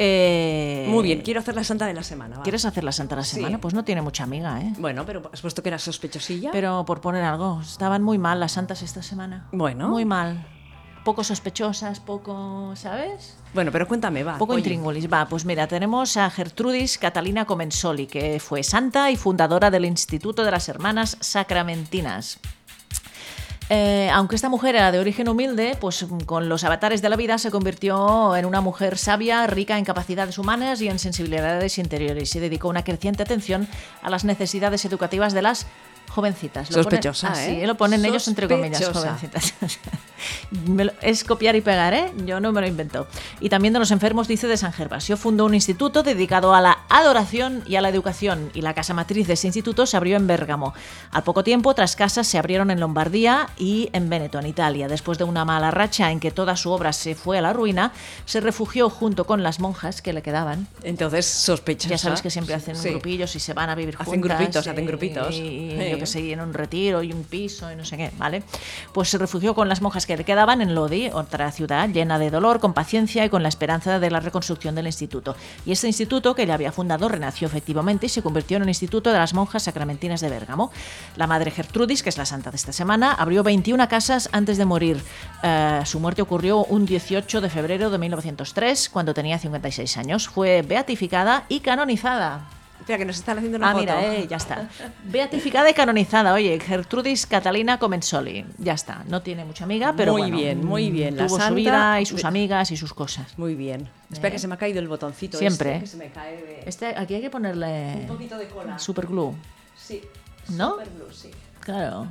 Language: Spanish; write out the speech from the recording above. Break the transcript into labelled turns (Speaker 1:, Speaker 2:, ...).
Speaker 1: Eh,
Speaker 2: Muy bien, quiero hacer la santa de la semana. va.
Speaker 1: ¿Quieres hacer la Santa la Semana?
Speaker 2: Sí.
Speaker 1: Pues no tiene mucha amiga, ¿eh?
Speaker 2: Bueno, pero has puesto que era sospechosilla.
Speaker 1: Pero por poner algo, estaban muy mal las santas esta semana.
Speaker 2: Bueno.
Speaker 1: Muy mal. Poco sospechosas, poco, ¿sabes?
Speaker 2: Bueno, pero cuéntame, va.
Speaker 1: Poco
Speaker 2: oye.
Speaker 1: intríngulis. Va, pues mira, tenemos a Gertrudis Catalina Comensoli, que fue santa y fundadora del Instituto de las Hermanas Sacramentinas. Eh, aunque esta mujer era de origen humilde, pues mm, con los avatares de la vida se convirtió en una mujer sabia, rica en capacidades humanas y en sensibilidades interiores y dedicó una creciente atención a las necesidades educativas de las jovencitas. ponen-
Speaker 2: Sospechosa,
Speaker 1: así,
Speaker 2: ¿eh?
Speaker 1: lo ponen ellos entre comillas,
Speaker 2: Sospechosa.
Speaker 1: jovencitas. Me lo- es copiar y pegar, ¿eh? Yo no me lo invento. Y también de los enfermos, dice de San Gervasio, fundó un instituto dedicado a la adoración y a la educación, y la casa matriz de ese instituto se abrió en Bérgamo. Al poco tiempo, otras casas se abrieron en Lombardía y en Veneto, en Italia. Después de una mala racha en que toda su obra se fue a la ruina, se refugió junto con las monjas que le quedaban.
Speaker 2: Entonces, sospechosa.
Speaker 1: Ya sabes que siempre hacen
Speaker 2: Sí.
Speaker 1: grupillos y se van a vivir juntas.
Speaker 2: Hacen grupitos,
Speaker 1: y-
Speaker 2: hacen grupitos.
Speaker 1: Y, y
Speaker 2: Sí.
Speaker 1: yo que sé, y en un retiro y un piso y no sé qué, ¿vale? Pues se refugió con las monjas que le quedaban en Lodi, otra ciudad llena de dolor, con paciencia y con la esperanza de la reconstrucción del instituto. Y este instituto que le había fundado renació efectivamente y se convirtió en un instituto de las monjas sacramentinas de Bérgamo. La madre Gertrudis, que es la santa de esta semana, abrió 21 casas antes de morir. Eh, su muerte ocurrió un 18 de febrero de 1903, cuando tenía 56 años. Fue beatificada y canonizada.
Speaker 2: Espera, que nos están haciendo una
Speaker 1: Ah, mira,
Speaker 2: foto.
Speaker 1: eh, ya está. Beatificada y canonizada, oye, Gertrudis Catalina Comensoli. Ya está, no tiene mucha amiga, pero
Speaker 2: Muy
Speaker 1: bueno,
Speaker 2: bien, muy bien, la
Speaker 1: Tuvo su
Speaker 2: santa
Speaker 1: vida y sus
Speaker 2: de-
Speaker 1: amigas y sus cosas.
Speaker 2: Muy bien. Espera, que se me ha caído el botoncito.
Speaker 1: Eh. Siempre. eh.
Speaker 2: este, que se me cae de-
Speaker 1: Este, aquí hay que ponerle
Speaker 2: Un poquito de cola.
Speaker 1: superglue,
Speaker 2: Sí.
Speaker 1: ¿no?
Speaker 2: Superglue, sí.
Speaker 1: Claro.